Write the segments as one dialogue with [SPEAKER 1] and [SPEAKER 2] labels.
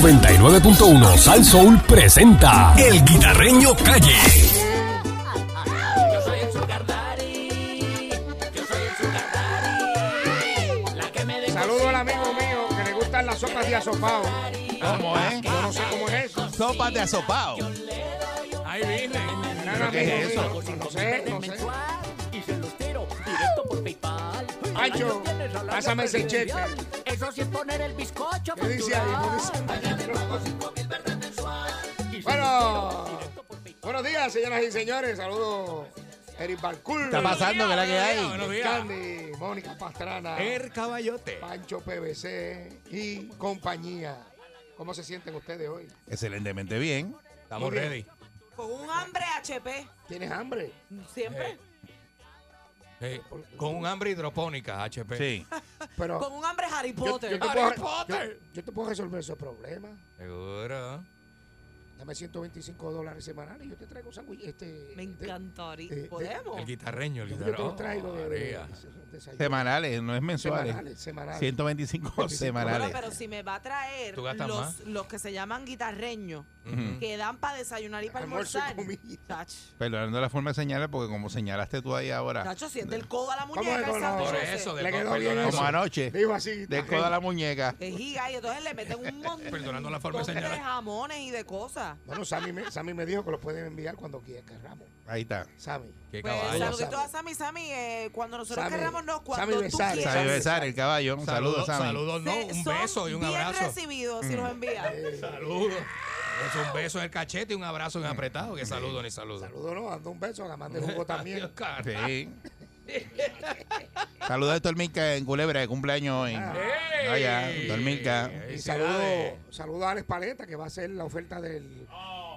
[SPEAKER 1] 99.1 Sal Soul presenta El Guitarreño Calle.
[SPEAKER 2] Yo soy el Sugar Daddy. Yo soy el Sugar Daddy. La que me dejo
[SPEAKER 3] Saludo al amigo mío que le gustan las sopas de asopao.
[SPEAKER 4] ¿Cómo es?
[SPEAKER 3] Yo no sé cómo es eso.
[SPEAKER 4] Sopas de asopao.
[SPEAKER 3] Ahí viene.
[SPEAKER 4] ¿Pero qué es
[SPEAKER 3] No sé, no sé.
[SPEAKER 2] y se los tiro directo por PayPal.
[SPEAKER 3] Pancho, pásame ese cheque.
[SPEAKER 2] Eso sin poner el bizcocho.
[SPEAKER 3] ¿Qué dice ahí? No dice Bueno, buenos días, señoras y señores. Saludos. Eric Balcour.
[SPEAKER 4] ¿Está pasando? ¿Qué es la que hay?
[SPEAKER 3] Candy, Mónica Pastrana,
[SPEAKER 4] El caballote.
[SPEAKER 3] Pancho PVC y compañía. ¿Cómo se sienten ustedes hoy?
[SPEAKER 4] Excelentemente bien.
[SPEAKER 3] Muy bien. ready.
[SPEAKER 5] Con un hambre HP,
[SPEAKER 3] ¿Tienes hambre? Eh,
[SPEAKER 5] siempre.
[SPEAKER 6] Sí, con un hambre hidropónica, HP.
[SPEAKER 4] Sí.
[SPEAKER 3] Pero
[SPEAKER 5] Con un hambre Harry
[SPEAKER 3] oh. yo,
[SPEAKER 5] Potter.
[SPEAKER 3] yo te
[SPEAKER 6] Harry
[SPEAKER 3] puedo, yo-
[SPEAKER 6] Potter.
[SPEAKER 3] yo te puedo resolver esos problemas.
[SPEAKER 6] Seguro.
[SPEAKER 3] Dame 125 dólares semanales y yo te traigo sandwich. Este,
[SPEAKER 5] Me
[SPEAKER 3] de-
[SPEAKER 5] encantaría.
[SPEAKER 3] de- de-
[SPEAKER 5] ¿Podemos?
[SPEAKER 6] El guitarreño, el
[SPEAKER 3] Yo te
[SPEAKER 6] guitarreño.
[SPEAKER 3] lo traigo de, de-
[SPEAKER 6] María.
[SPEAKER 3] de- de- desayuno.
[SPEAKER 4] Semanales, no es mensuales.
[SPEAKER 3] Semanales, semanales.
[SPEAKER 4] 125
[SPEAKER 5] Bueno,
[SPEAKER 4] semanales.
[SPEAKER 5] pero si me va a traer
[SPEAKER 6] Tú gastas
[SPEAKER 5] los,
[SPEAKER 6] más. Mm.
[SPEAKER 5] los que se llaman guitarreños,
[SPEAKER 4] Ujú.
[SPEAKER 3] Pues,
[SPEAKER 5] que dan para desayunar y para
[SPEAKER 3] Almuerzo y
[SPEAKER 5] almorzar.
[SPEAKER 3] comida.
[SPEAKER 5] Tach,
[SPEAKER 4] Perdonando la forma de señalar, porque como señalaste tú ahí
[SPEAKER 6] Ah.
[SPEAKER 4] ahora,
[SPEAKER 5] Tacho, siente el codo a la
[SPEAKER 3] ¿Cómo
[SPEAKER 5] muñeca.
[SPEAKER 3] es,
[SPEAKER 5] el
[SPEAKER 3] no, no,
[SPEAKER 5] sándwich
[SPEAKER 6] Por
[SPEAKER 5] ese.
[SPEAKER 6] eso, de
[SPEAKER 3] Le quedó
[SPEAKER 6] co-
[SPEAKER 3] bien
[SPEAKER 6] perdonando-
[SPEAKER 4] como anoche,
[SPEAKER 3] Digo así.
[SPEAKER 4] de
[SPEAKER 3] tajé.
[SPEAKER 4] coda la muñeca.
[SPEAKER 5] Que giga y entonces le meten un montón
[SPEAKER 6] Perdonando la forma de
[SPEAKER 5] de
[SPEAKER 6] señalar.
[SPEAKER 5] jamones y de cosas.
[SPEAKER 3] Bueno, Sammy me, Sammy me dijo que los pueden enviar cuando quiera, querramos.
[SPEAKER 4] Ahí está.
[SPEAKER 3] Sammy.
[SPEAKER 6] Qué
[SPEAKER 5] Pues
[SPEAKER 6] caballo.
[SPEAKER 5] saludito
[SPEAKER 3] Sammy.
[SPEAKER 5] a Sammy, Sammy, eh, cuando nosotros
[SPEAKER 3] Sammy,
[SPEAKER 5] querramos, no,
[SPEAKER 3] Sammy
[SPEAKER 5] cuando tú
[SPEAKER 3] Besari.
[SPEAKER 5] quieras.
[SPEAKER 4] Sabe besar el caballo. Un saludo,
[SPEAKER 6] Saludos,
[SPEAKER 4] Sammy.
[SPEAKER 6] saludos, no,
[SPEAKER 5] Se-
[SPEAKER 6] un
[SPEAKER 5] son
[SPEAKER 6] beso y un
[SPEAKER 5] bien
[SPEAKER 6] abrazo. Mm.
[SPEAKER 5] recibidos si los envía.
[SPEAKER 3] Eh.
[SPEAKER 6] Saludos. Es un beso en el cachete y un abrazo en apretado. Que saludo ni saludo.
[SPEAKER 3] Saludos, no, dando un beso, la mande jugo también.
[SPEAKER 6] Adiós, cara.
[SPEAKER 4] Sí. Saludos a Tormica en Culebra, de cumpleaños hoy.
[SPEAKER 6] ¡Ey!
[SPEAKER 4] Vaya, Tormica.
[SPEAKER 3] Y
[SPEAKER 6] Felicidades.
[SPEAKER 3] saludos saludo a Alex Paleta, que va a hacer la oferta del.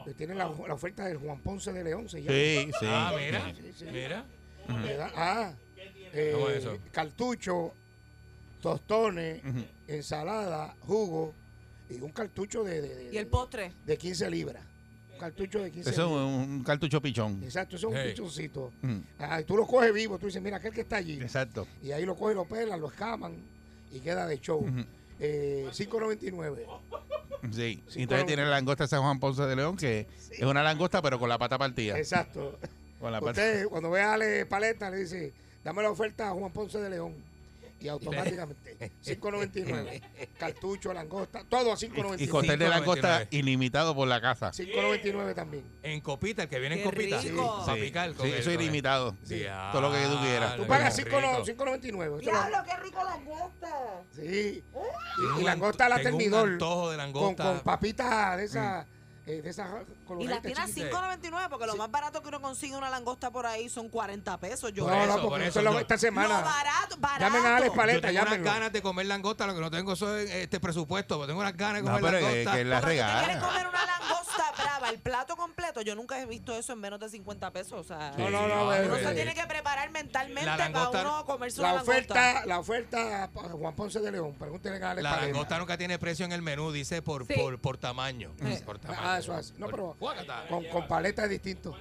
[SPEAKER 3] que tiene la, la oferta del Juan Ponce de León, se llama.
[SPEAKER 4] Sí, sí.
[SPEAKER 6] Ah, mira.
[SPEAKER 3] Sí, sí.
[SPEAKER 6] Mira.
[SPEAKER 3] Le da- ah, eh,
[SPEAKER 6] ¿Cómo es eso?
[SPEAKER 3] cartucho, tostones, ensalada, jugo y un cartucho de, de, de-
[SPEAKER 5] Y el postre.
[SPEAKER 3] de 15 libras. Un cartucho de 15
[SPEAKER 4] Eso es
[SPEAKER 3] libras.
[SPEAKER 4] un, un cartucho pichón.
[SPEAKER 3] Exacto, eso es un
[SPEAKER 6] Hey.
[SPEAKER 3] pichoncito.
[SPEAKER 4] Mm.
[SPEAKER 3] Ah, y tú lo coges vivo, tú dices, mira, aquel que está allí.
[SPEAKER 4] Exacto.
[SPEAKER 3] Y ahí lo cogen, lo pelan, lo escaman y queda de show. Eh, 5.99.
[SPEAKER 4] Sí.
[SPEAKER 3] Sí,
[SPEAKER 4] Entonces
[SPEAKER 3] con-
[SPEAKER 4] tiene la langosta San Juan Ponce de León, que es una langosta, pero con la pata partida.
[SPEAKER 3] Exacto.
[SPEAKER 4] Con la pata.
[SPEAKER 3] Usted, cuando ve a Ale Paleta, le dice, dame la oferta a Juan Ponce de León. Y automáticamente, 5.99. Cartucho, langosta, todo a
[SPEAKER 4] Y
[SPEAKER 3] 5.99.
[SPEAKER 4] cóctel de langosta
[SPEAKER 6] 5.99.
[SPEAKER 4] ilimitado por la casa.
[SPEAKER 3] 5.99 también.
[SPEAKER 6] En copita, el que viene en
[SPEAKER 5] Qué
[SPEAKER 6] copita.
[SPEAKER 5] rico.
[SPEAKER 6] Para
[SPEAKER 4] Sí.
[SPEAKER 6] picar. con
[SPEAKER 4] Sí,
[SPEAKER 6] el-
[SPEAKER 4] eso es
[SPEAKER 6] con el-
[SPEAKER 4] ilimitado.
[SPEAKER 6] Sí.
[SPEAKER 4] Todo lo que tú quieras.
[SPEAKER 3] Tú
[SPEAKER 6] Qué
[SPEAKER 3] pagas
[SPEAKER 6] rico.
[SPEAKER 3] 5.99. 5.99. Esto lo-
[SPEAKER 5] qué rico la costa!
[SPEAKER 3] Sí.
[SPEAKER 6] Tengo
[SPEAKER 3] Y, y
[SPEAKER 6] un
[SPEAKER 3] langosta a la
[SPEAKER 6] anto- tengo un
[SPEAKER 3] termidor.
[SPEAKER 6] antojo de
[SPEAKER 3] Con,
[SPEAKER 6] langosta. Mm.
[SPEAKER 3] con papitas de esas eh, de esas
[SPEAKER 5] Y
[SPEAKER 3] coloritas
[SPEAKER 5] las tiene a
[SPEAKER 3] chiquitas.
[SPEAKER 5] 5.99 porque lo más barato que uno consigue una langosta por ahí son 40 pesos. Yo
[SPEAKER 3] No,
[SPEAKER 6] Por
[SPEAKER 3] no,
[SPEAKER 6] eso, por
[SPEAKER 3] porque
[SPEAKER 6] eso
[SPEAKER 3] eso es lo
[SPEAKER 6] yo-
[SPEAKER 3] esta
[SPEAKER 5] No,
[SPEAKER 3] semana.
[SPEAKER 5] barato, barato.
[SPEAKER 3] Llamen a Alex
[SPEAKER 6] Yo
[SPEAKER 3] Paleta,
[SPEAKER 6] tengo unas
[SPEAKER 3] llámenlo.
[SPEAKER 6] ganas de comer langosta, lo que no tengo son este presupuesto, pero tengo unas ganas de
[SPEAKER 4] No,
[SPEAKER 6] comer
[SPEAKER 4] pero es
[SPEAKER 6] langosta.
[SPEAKER 4] que la
[SPEAKER 5] Cuando tú te quieres
[SPEAKER 4] regala.
[SPEAKER 5] comer una langosta brava, el plato completo, yo nunca he visto eso en menos de 50 pesos. O sea,
[SPEAKER 3] No, no, no,
[SPEAKER 6] Sí,
[SPEAKER 3] bebé.
[SPEAKER 5] uno se
[SPEAKER 6] eh,
[SPEAKER 5] tiene que preparar mentalmente
[SPEAKER 6] la
[SPEAKER 5] para
[SPEAKER 6] langosta-
[SPEAKER 5] uno comerse
[SPEAKER 3] La
[SPEAKER 5] una langosta.
[SPEAKER 3] oferta, la oferta a Juan Ponce de León. Pregúntenle a Alex
[SPEAKER 6] La
[SPEAKER 3] Paleta.
[SPEAKER 6] langosta nunca tiene precio en el menú, dice por,
[SPEAKER 5] Sí.
[SPEAKER 6] por, por tamaño.
[SPEAKER 5] Eh.
[SPEAKER 6] Por tamaño.
[SPEAKER 3] Ah, eso es. No,
[SPEAKER 6] Por-
[SPEAKER 3] pero
[SPEAKER 6] Guácata.
[SPEAKER 3] con, con paleta es distinto.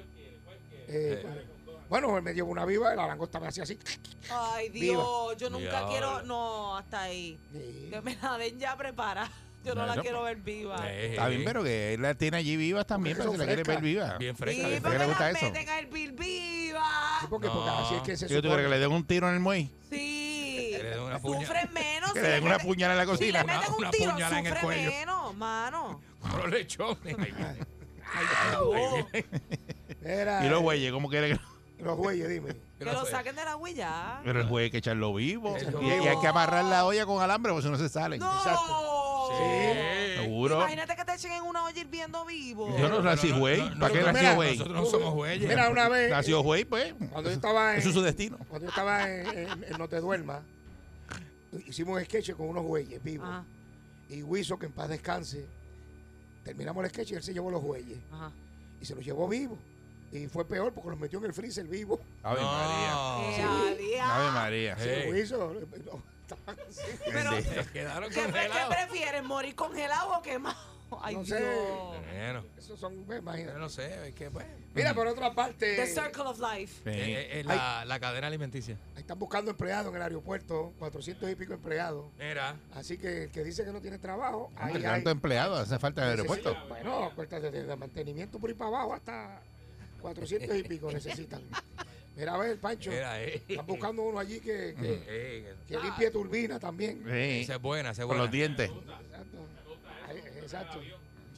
[SPEAKER 3] Eh, cuál- bueno, me llevo una viva, la langosta me hacía así.
[SPEAKER 5] Ay, Dios,
[SPEAKER 3] Viva.
[SPEAKER 5] yo nunca
[SPEAKER 6] Diablo.
[SPEAKER 5] quiero. No, hasta ahí.
[SPEAKER 3] Sí.
[SPEAKER 5] Que me la den ya preparada. Yo no,
[SPEAKER 4] No,
[SPEAKER 5] la
[SPEAKER 4] no.
[SPEAKER 5] quiero ver viva.
[SPEAKER 6] Eh,
[SPEAKER 4] Está bien, pero que él la tiene allí vivas también,
[SPEAKER 3] Porque
[SPEAKER 4] pero si la quiere
[SPEAKER 3] fresca.
[SPEAKER 4] ver viva.
[SPEAKER 6] Bien fresca.
[SPEAKER 5] Sí,
[SPEAKER 6] bien
[SPEAKER 4] ¿por
[SPEAKER 5] porque
[SPEAKER 4] qué
[SPEAKER 6] fresca.
[SPEAKER 4] le gusta
[SPEAKER 5] la
[SPEAKER 4] eso?
[SPEAKER 5] meten a hervir viva.
[SPEAKER 3] Sí, Porque,
[SPEAKER 6] No.
[SPEAKER 3] porque así es que se
[SPEAKER 4] Yo tuve que
[SPEAKER 3] supone.
[SPEAKER 4] le den un tiro en el muelle.
[SPEAKER 5] Sí.
[SPEAKER 6] Que le den una puña-
[SPEAKER 5] Sufren menos.
[SPEAKER 4] Que
[SPEAKER 5] si
[SPEAKER 4] le den
[SPEAKER 5] le
[SPEAKER 4] una
[SPEAKER 5] meten-
[SPEAKER 4] puñalada en la
[SPEAKER 5] Si le
[SPEAKER 4] cocina.
[SPEAKER 6] Una-
[SPEAKER 5] meten un
[SPEAKER 6] una
[SPEAKER 5] tiro,
[SPEAKER 6] puñalada en el
[SPEAKER 5] sufre
[SPEAKER 6] cuello.
[SPEAKER 5] menos, mano.
[SPEAKER 6] Con los lechones. Ay, ay, ay, ay, ay.
[SPEAKER 3] Era,
[SPEAKER 4] Y los bueyes, ¿cómo quiere que.?
[SPEAKER 3] Los güeyes, dime.
[SPEAKER 5] Que lo saquen de la huella.
[SPEAKER 6] Eh,
[SPEAKER 4] Pero el juez hay que echarlo vivo.
[SPEAKER 3] Echarlo
[SPEAKER 4] Y, y hay
[SPEAKER 5] vivo.
[SPEAKER 4] que amarrar la olla con alambre, porque si no se salen.
[SPEAKER 5] ¡No!
[SPEAKER 6] Sí.
[SPEAKER 4] Seguro.
[SPEAKER 5] Imagínate que te echen en una olla hirviendo vivo.
[SPEAKER 4] Yo no nací
[SPEAKER 6] no,
[SPEAKER 4] güey.
[SPEAKER 6] no, no,
[SPEAKER 4] ¿Para qué
[SPEAKER 3] no,
[SPEAKER 4] nació
[SPEAKER 3] mira,
[SPEAKER 4] güey?
[SPEAKER 6] Nosotros no somos güeyes.
[SPEAKER 3] Mira, una vez,
[SPEAKER 4] Nació güey, pues.
[SPEAKER 3] cuando yo estaba en-
[SPEAKER 4] Eso es su destino.
[SPEAKER 3] cuando yo estaba en, en- en No Te Duermas, hicimos un sketch con unos güeyes vivos.
[SPEAKER 5] Ajá,
[SPEAKER 3] Y Wiso, que en paz descanse, terminamos el sketch y él se llevó los güeyes.
[SPEAKER 5] ajá.
[SPEAKER 3] Y se los llevó vivos. Y fue peor porque los metió en el freezer vivo.
[SPEAKER 4] Ave María.
[SPEAKER 6] No.
[SPEAKER 5] Eh, adiós.
[SPEAKER 4] Ave María.
[SPEAKER 6] Sí.
[SPEAKER 3] Sí,
[SPEAKER 6] Ey.
[SPEAKER 3] Wiso. eh, no, estaban así.
[SPEAKER 4] Bendito. eh,
[SPEAKER 6] Se quedaron
[SPEAKER 5] ¿Qué, pre- qué
[SPEAKER 6] congelados.
[SPEAKER 5] prefieres, morir congelado o quemado? Ay,
[SPEAKER 3] No sé.
[SPEAKER 5] Dios.
[SPEAKER 6] Bueno,
[SPEAKER 3] Esos son, ve,
[SPEAKER 6] yo
[SPEAKER 3] imagínate.
[SPEAKER 6] no sé, es que pues.
[SPEAKER 3] Mira, por otra parte,
[SPEAKER 5] The Circle of Life.
[SPEAKER 6] eh, eh, eh, la, la cadena alimenticia.
[SPEAKER 3] están buscando empleados en el aeropuerto, 400 y pico empleados.
[SPEAKER 6] Mira,
[SPEAKER 3] Así que el que dice que no tiene trabajo, ahí
[SPEAKER 4] Hombre,
[SPEAKER 3] hay.
[SPEAKER 4] tanto empleado, hace falta el aeropuerto.
[SPEAKER 3] necesita- Bueno, cuesta desde de mantenimiento por ir para abajo hasta 400 y pico necesitan. Mira, a ver, Pancho.
[SPEAKER 6] mira, eh.
[SPEAKER 3] Están buscando uno allí que, que,
[SPEAKER 6] Eh,
[SPEAKER 3] que limpie turbina también.
[SPEAKER 4] Sí,
[SPEAKER 6] Esa es buena, esa es
[SPEAKER 4] con
[SPEAKER 6] buena.
[SPEAKER 4] los dientes.
[SPEAKER 3] Exacto. Ahí, Exacto.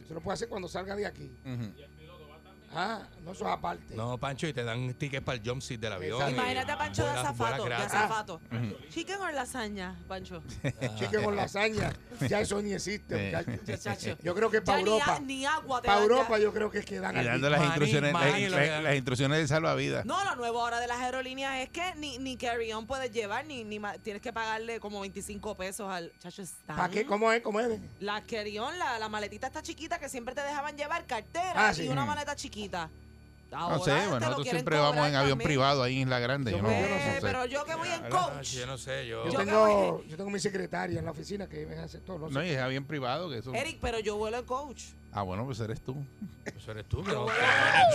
[SPEAKER 3] Se lo puede hacer cuando salga de aquí.
[SPEAKER 4] Ujú.
[SPEAKER 3] Ah, no, eso es aparte.
[SPEAKER 6] No, Pancho, y te dan tickets para el jump seat del avión.
[SPEAKER 3] Exacto.
[SPEAKER 6] y
[SPEAKER 5] Imagínate a Pancho de
[SPEAKER 6] vuelas-
[SPEAKER 5] azafato.
[SPEAKER 6] vuelas
[SPEAKER 5] De
[SPEAKER 6] gratis.
[SPEAKER 5] azafato. Chicken o lasaña, Pancho.
[SPEAKER 3] Chique con lasaña. Ya eso ni existe.
[SPEAKER 4] Sí.
[SPEAKER 3] muchacho.
[SPEAKER 5] Muchacho.
[SPEAKER 3] Yo creo que
[SPEAKER 5] Ya
[SPEAKER 3] para
[SPEAKER 5] ni,
[SPEAKER 3] Europa.
[SPEAKER 5] a- ni agua te
[SPEAKER 3] Para
[SPEAKER 5] dan ya.
[SPEAKER 3] Europa yo creo que es que dan
[SPEAKER 4] Y
[SPEAKER 3] allí.
[SPEAKER 4] dando las
[SPEAKER 6] Maní,
[SPEAKER 4] instrucciones,
[SPEAKER 6] maní, lo que
[SPEAKER 4] las,
[SPEAKER 6] dan.
[SPEAKER 4] las instrucciones de salvavidas.
[SPEAKER 5] No, lo nuevo ahora de las aerolíneas es que ni, ni carry-on puedes llevar, ni, ni ma- tienes que pagarle como 25 pesos al chacho. están-
[SPEAKER 3] ¿Para qué? ¿Cómo es? ¿Cómo es?
[SPEAKER 5] La carry-on, la, la maletita está chiquita que siempre te dejaban llevar cartera
[SPEAKER 3] Ah, sí.
[SPEAKER 5] y una
[SPEAKER 4] Mm.
[SPEAKER 5] maleta chiquita. Ahora
[SPEAKER 4] No sé,
[SPEAKER 5] te lo
[SPEAKER 4] bueno, nosotros
[SPEAKER 5] quieren
[SPEAKER 4] siempre vamos
[SPEAKER 5] cobrar
[SPEAKER 4] en avión
[SPEAKER 5] también.
[SPEAKER 4] privado ahí en Isla Grande.
[SPEAKER 3] Yo
[SPEAKER 4] Yo
[SPEAKER 5] Eh,
[SPEAKER 4] no,
[SPEAKER 3] me-
[SPEAKER 4] yo no
[SPEAKER 3] sé.
[SPEAKER 5] Pero yo que voy en
[SPEAKER 6] Ah,
[SPEAKER 5] coach.
[SPEAKER 6] Yo no sé, yo.
[SPEAKER 3] Yo,
[SPEAKER 5] Yo
[SPEAKER 3] tengo, yo tengo mi secretaria en la oficina que me hace todo. No,
[SPEAKER 4] sé.
[SPEAKER 3] sé.
[SPEAKER 4] No, y es avión privado que eso.
[SPEAKER 5] Eric, pero yo vuelo en coach.
[SPEAKER 4] Ah, bueno, pues eres tú.
[SPEAKER 6] Eso eres tú, pero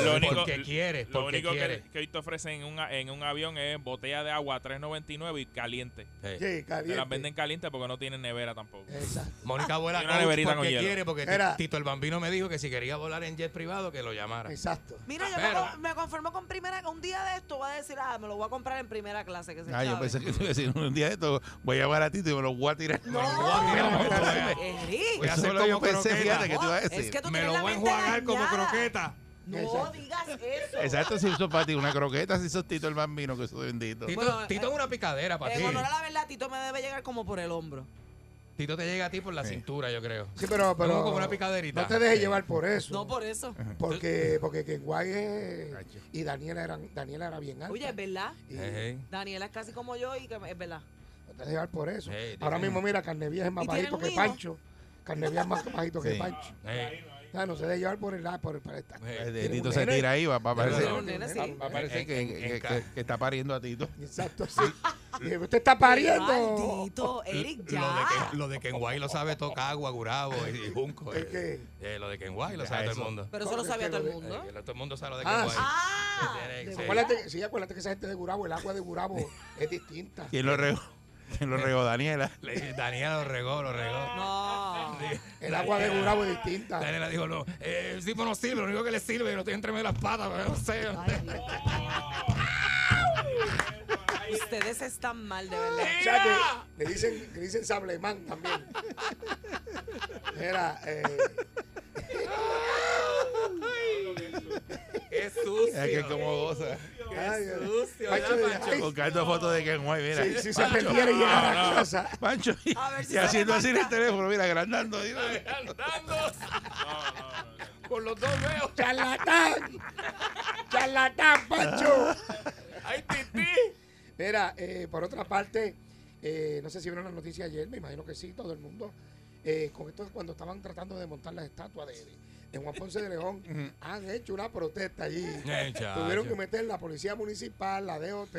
[SPEAKER 7] Lo único-
[SPEAKER 6] porque quieres,
[SPEAKER 7] Lo
[SPEAKER 6] porque
[SPEAKER 7] único que,
[SPEAKER 6] quieres.
[SPEAKER 7] que hoy te ofrecen en un, a- en un avión es botella de agua 3.99 y caliente.
[SPEAKER 6] Eh,
[SPEAKER 3] Sí,
[SPEAKER 7] Te
[SPEAKER 3] caliente.
[SPEAKER 7] las venden caliente porque no tienen nevera tampoco.
[SPEAKER 3] Exacto.
[SPEAKER 6] Mónica vuela
[SPEAKER 7] Y una
[SPEAKER 6] coach
[SPEAKER 7] neverita con
[SPEAKER 6] porque
[SPEAKER 7] hielo.
[SPEAKER 6] quiere, porque ti-
[SPEAKER 3] Era-
[SPEAKER 6] Tito el Bambino me dijo que si quería volar en jet privado, que lo llamara.
[SPEAKER 3] Exacto.
[SPEAKER 5] Mira, yo me
[SPEAKER 6] Pero-
[SPEAKER 5] con- me, conformo con primera. Un día de esto voy a decir, ah, me lo voy a comprar en primera clase. Que se
[SPEAKER 4] Ah, yo
[SPEAKER 5] chave.
[SPEAKER 4] pensé que tú ibas a decir un día de esto, voy a llevar a ti y me lo voy a tirar.
[SPEAKER 6] Me
[SPEAKER 5] No,
[SPEAKER 6] lo voy a tirar como croqueta.
[SPEAKER 5] Eric.
[SPEAKER 6] Voy a
[SPEAKER 4] Eso
[SPEAKER 6] hacer
[SPEAKER 4] es lo que
[SPEAKER 6] como
[SPEAKER 4] pensé,
[SPEAKER 6] croqueta.
[SPEAKER 4] fíjate que Pues, te iba a
[SPEAKER 5] Es
[SPEAKER 4] decir.
[SPEAKER 5] que tú
[SPEAKER 6] Me
[SPEAKER 5] tienes
[SPEAKER 6] lo
[SPEAKER 5] la
[SPEAKER 6] voy a
[SPEAKER 5] mente
[SPEAKER 6] enjuagar como
[SPEAKER 5] dañada.
[SPEAKER 6] croqueta.
[SPEAKER 5] No
[SPEAKER 3] Exacto.
[SPEAKER 5] digas eso.
[SPEAKER 4] Exacto, si eso es para ti, una croqueta, si sos Tito el Bambino, que eso es bendito.
[SPEAKER 6] Tito,
[SPEAKER 5] Bueno,
[SPEAKER 6] Tito es una picadera para ti.
[SPEAKER 5] En honor a Eh, la verdad, Tito me debe llegar como por el hombro.
[SPEAKER 6] Tito te llega a ti por la cintura, yo creo.
[SPEAKER 3] Sí, pero, pero
[SPEAKER 6] Como- como una picaderita.
[SPEAKER 3] no te dejes
[SPEAKER 6] Sí.
[SPEAKER 3] llevar por eso.
[SPEAKER 5] No por eso.
[SPEAKER 3] porque porque Ken Guay es- y Daniela eran Daniela era bien alta.
[SPEAKER 5] Oye, es verdad.
[SPEAKER 3] Y
[SPEAKER 6] Ey,
[SPEAKER 5] Daniela es casi como yo y que es verdad.
[SPEAKER 3] no te dejes Pues llevar por eso.
[SPEAKER 6] Ey,
[SPEAKER 3] Ahora
[SPEAKER 6] tiene-
[SPEAKER 3] mismo mira, Carnevía es más
[SPEAKER 5] ¿Y tienen
[SPEAKER 3] bajito
[SPEAKER 5] un
[SPEAKER 3] que
[SPEAKER 5] hijo?
[SPEAKER 3] Pancho. Carnevía es más bajito que
[SPEAKER 4] Sí.
[SPEAKER 3] Pancho.
[SPEAKER 6] ey,
[SPEAKER 3] O sea, no se deje llevar por el lado, por el para esta.
[SPEAKER 6] ey.
[SPEAKER 4] Eh, Tito
[SPEAKER 3] un
[SPEAKER 4] se
[SPEAKER 3] nene.
[SPEAKER 4] tira ahí, va, va a parecer,
[SPEAKER 5] Tiene un nene, sí.
[SPEAKER 4] va a parecer
[SPEAKER 6] En-
[SPEAKER 4] que,
[SPEAKER 6] en-
[SPEAKER 4] que-
[SPEAKER 6] en
[SPEAKER 4] que- que está pariendo a Tito.
[SPEAKER 3] Exacto, sí. Y Usted está pariendo.
[SPEAKER 5] Maldito, Eric,
[SPEAKER 6] Lo de,
[SPEAKER 5] ya.
[SPEAKER 6] Ken- lo de Kenway lo sabe Tocagua, Gurabo y, y Junco.
[SPEAKER 3] ¿El
[SPEAKER 6] eh.
[SPEAKER 3] qué?
[SPEAKER 6] Eh, lo de Kenway lo
[SPEAKER 4] Deja
[SPEAKER 6] sabe todo el
[SPEAKER 4] eso.
[SPEAKER 6] mundo.
[SPEAKER 5] Pero eso lo
[SPEAKER 3] Porque
[SPEAKER 5] sabía
[SPEAKER 3] es que
[SPEAKER 5] todo el
[SPEAKER 3] lo de-
[SPEAKER 5] mundo.
[SPEAKER 6] Eh, que todo el mundo sabe lo de
[SPEAKER 3] Ah,
[SPEAKER 6] Kenway.
[SPEAKER 5] Ah,
[SPEAKER 6] Que tiene- sí.
[SPEAKER 3] Acuérdate, que- sí, acuérdate que esa gente de Gurabo, el agua de Gurabo es distinta.
[SPEAKER 4] ¿Quién lo regó? ¿Quién lo regó? Daniela.
[SPEAKER 6] Le- Daniela lo regó, lo regó.
[SPEAKER 5] no.
[SPEAKER 3] El agua de Gurabo es distinta.
[SPEAKER 6] Daniela dijo, no, eh, el tipo no sirve, lo único que le sirve, lo tiene entre medio de las patas, pero no sé.
[SPEAKER 5] Ustedes están mal, de verdad.
[SPEAKER 3] O sea, que le dicen, le dicen sablemán también. Era, eh,
[SPEAKER 6] Es sucio.
[SPEAKER 4] Es que como goza.
[SPEAKER 3] ay, Dios.
[SPEAKER 6] sucio,
[SPEAKER 3] Pancho,
[SPEAKER 6] ya,
[SPEAKER 3] ay,
[SPEAKER 6] Pancho.
[SPEAKER 4] Buscando fotos de Ken White, mira.
[SPEAKER 3] si, si se perdiera y llegara a casa.
[SPEAKER 4] Pancho, y,
[SPEAKER 5] A ver si
[SPEAKER 4] y
[SPEAKER 5] se
[SPEAKER 4] haciendo así en el
[SPEAKER 5] levanta.
[SPEAKER 4] teléfono, mira, agrandando. mira.
[SPEAKER 6] Andando. Con los dos veo.
[SPEAKER 3] ¡Charlatán! ¡Charlatán, Pancho!
[SPEAKER 6] Ah. ¡Ay, tití!
[SPEAKER 3] Mira, eh, por otra parte, eh, no sé si vieron la noticia ayer, me imagino que sí, todo el mundo. eh, con esto es cuando estaban tratando de montar las estatuas de, de- de Juan Ponce de León, han hecho una protesta allí.
[SPEAKER 6] Eh, chacho.
[SPEAKER 3] Tuvieron que meter la policía municipal, la DOT.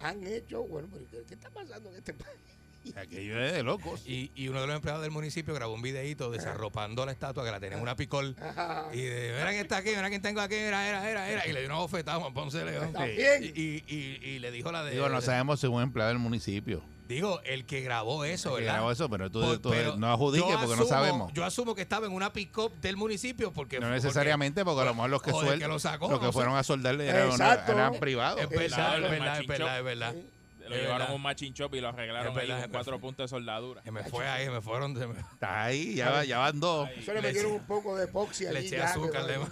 [SPEAKER 3] Han hecho, bueno, pero ¿qué- ¿qué está pasando en este país?
[SPEAKER 4] Aquello es de locos.
[SPEAKER 6] Y, y uno de los empleados del municipio grabó un videíto desarropando la estatua que la tenía en una picol.
[SPEAKER 3] Ajá.
[SPEAKER 6] Y de, mira quién está aquí, mira quién tengo aquí, era, era, era, era. Y le dio una bofetada a Juan Ponce de León.
[SPEAKER 3] También.
[SPEAKER 6] Y, y, y- y le dijo la de.
[SPEAKER 4] Digo, no sabemos si es un empleado del municipio.
[SPEAKER 6] Digo, el que grabó eso,
[SPEAKER 4] que
[SPEAKER 6] ¿verdad? Pues,
[SPEAKER 4] grabó eso, pero tú- tú
[SPEAKER 6] pero
[SPEAKER 4] no adjudiques
[SPEAKER 6] yo
[SPEAKER 4] porque no sabemos.
[SPEAKER 6] Yo asumo que estaba en una pick-up del municipio porque.
[SPEAKER 4] No necesariamente, porque a lo mejor los que
[SPEAKER 6] o de que
[SPEAKER 4] sueltan,
[SPEAKER 6] lo
[SPEAKER 4] los
[SPEAKER 6] sacó,
[SPEAKER 4] que
[SPEAKER 6] no
[SPEAKER 4] fueron a soldarle eran,
[SPEAKER 3] Exacto.
[SPEAKER 4] eran privados.
[SPEAKER 3] Eh,
[SPEAKER 6] porque- es verdad,
[SPEAKER 7] Exacto.
[SPEAKER 6] es verdad, es
[SPEAKER 7] Machincho.
[SPEAKER 6] verdad, es verdad.
[SPEAKER 7] Lo
[SPEAKER 6] Es
[SPEAKER 7] llevaron
[SPEAKER 6] verdad.
[SPEAKER 7] a un machin shop y lo arreglaron
[SPEAKER 6] Es verdad,
[SPEAKER 7] ahí
[SPEAKER 6] es
[SPEAKER 7] con cuatro
[SPEAKER 6] verdad.
[SPEAKER 7] puntos de soldadura.
[SPEAKER 6] Se me fue ahí, me fueron. se me-
[SPEAKER 4] Está ahí, ya, va- ya van dos.
[SPEAKER 3] Eso le
[SPEAKER 6] Le
[SPEAKER 3] metieron
[SPEAKER 6] eché-
[SPEAKER 3] un poco de epoxi
[SPEAKER 6] le
[SPEAKER 3] allí.
[SPEAKER 6] eché
[SPEAKER 3] ya,
[SPEAKER 6] azúcar,
[SPEAKER 3] quedó
[SPEAKER 6] le-
[SPEAKER 3] ahí.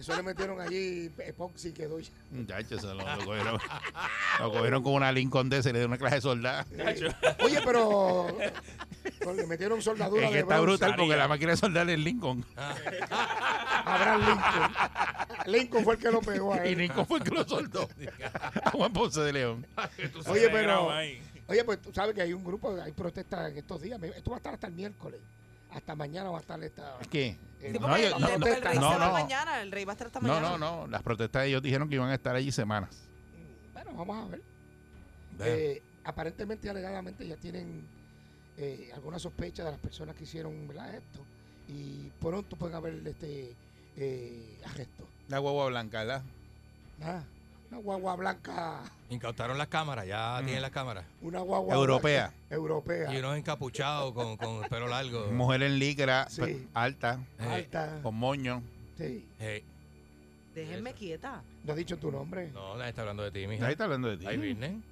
[SPEAKER 3] Eso le metieron allí epoxi y quedó ya.
[SPEAKER 4] Muchachos, se lo, lo cogieron. lo cogieron con una Lincoln D, se le dio una clase de soldada.
[SPEAKER 3] Oye, pero, pero le metieron soldadura
[SPEAKER 4] Es que
[SPEAKER 3] de
[SPEAKER 4] está
[SPEAKER 3] bronce.
[SPEAKER 4] brutal porque la máquina de soldar es Lincoln.
[SPEAKER 3] Abraham Lincoln. Lincoln fue el que lo pegó
[SPEAKER 6] Pues,
[SPEAKER 3] a
[SPEAKER 4] Y
[SPEAKER 3] él.
[SPEAKER 4] Lincoln fue el que lo soldó. A Juan Ponce de León.
[SPEAKER 3] Oye, pero,
[SPEAKER 7] Arreglaron ahí.
[SPEAKER 3] oye, pues tú sabes que hay un grupo, hay protestas en estos días. Me- Esto va a estar hasta el miércoles. Hasta mañana va a estar esta.
[SPEAKER 4] ¿Qué?
[SPEAKER 3] eh,
[SPEAKER 5] Sí,
[SPEAKER 4] No,
[SPEAKER 5] porque
[SPEAKER 4] yo-
[SPEAKER 5] el,
[SPEAKER 4] no,
[SPEAKER 5] el-
[SPEAKER 4] no,
[SPEAKER 5] el rey
[SPEAKER 4] no,
[SPEAKER 5] se va
[SPEAKER 4] no.
[SPEAKER 5] mañana, el rey va a estar hasta
[SPEAKER 4] No, no,
[SPEAKER 5] mañana.
[SPEAKER 4] no. Las protestas ellos dijeron que iban a estar allí semanas.
[SPEAKER 3] Bueno, vamos a ver.
[SPEAKER 6] Vean.
[SPEAKER 3] Eh, aparentemente, alegadamente, ya tienen eh, alguna sospecha de las personas que hicieron ¿verdad? esto. y pronto pueden haber este, eh, arrestos.
[SPEAKER 4] La guagua blanca, ¿verdad?
[SPEAKER 3] Ah, Una guagua blanca,
[SPEAKER 6] Incautaron las cámaras, ya
[SPEAKER 4] Mm.
[SPEAKER 6] tienen las cámaras.
[SPEAKER 3] una guagua
[SPEAKER 4] Europea.
[SPEAKER 3] blanca, europea,
[SPEAKER 6] Y unos encapuchados con, con pelo largo.
[SPEAKER 4] Mujer en licra,
[SPEAKER 3] Sí.
[SPEAKER 4] pe- alta,
[SPEAKER 6] Eh,
[SPEAKER 3] alta.
[SPEAKER 4] con moño.
[SPEAKER 3] Sí.
[SPEAKER 6] eh,
[SPEAKER 5] Déjenme quieta.
[SPEAKER 3] No ha dicho tu nombre.
[SPEAKER 6] no, nadie está hablando de ti, mija.
[SPEAKER 4] Ahí está hablando de ti.
[SPEAKER 6] Ay, Virgen.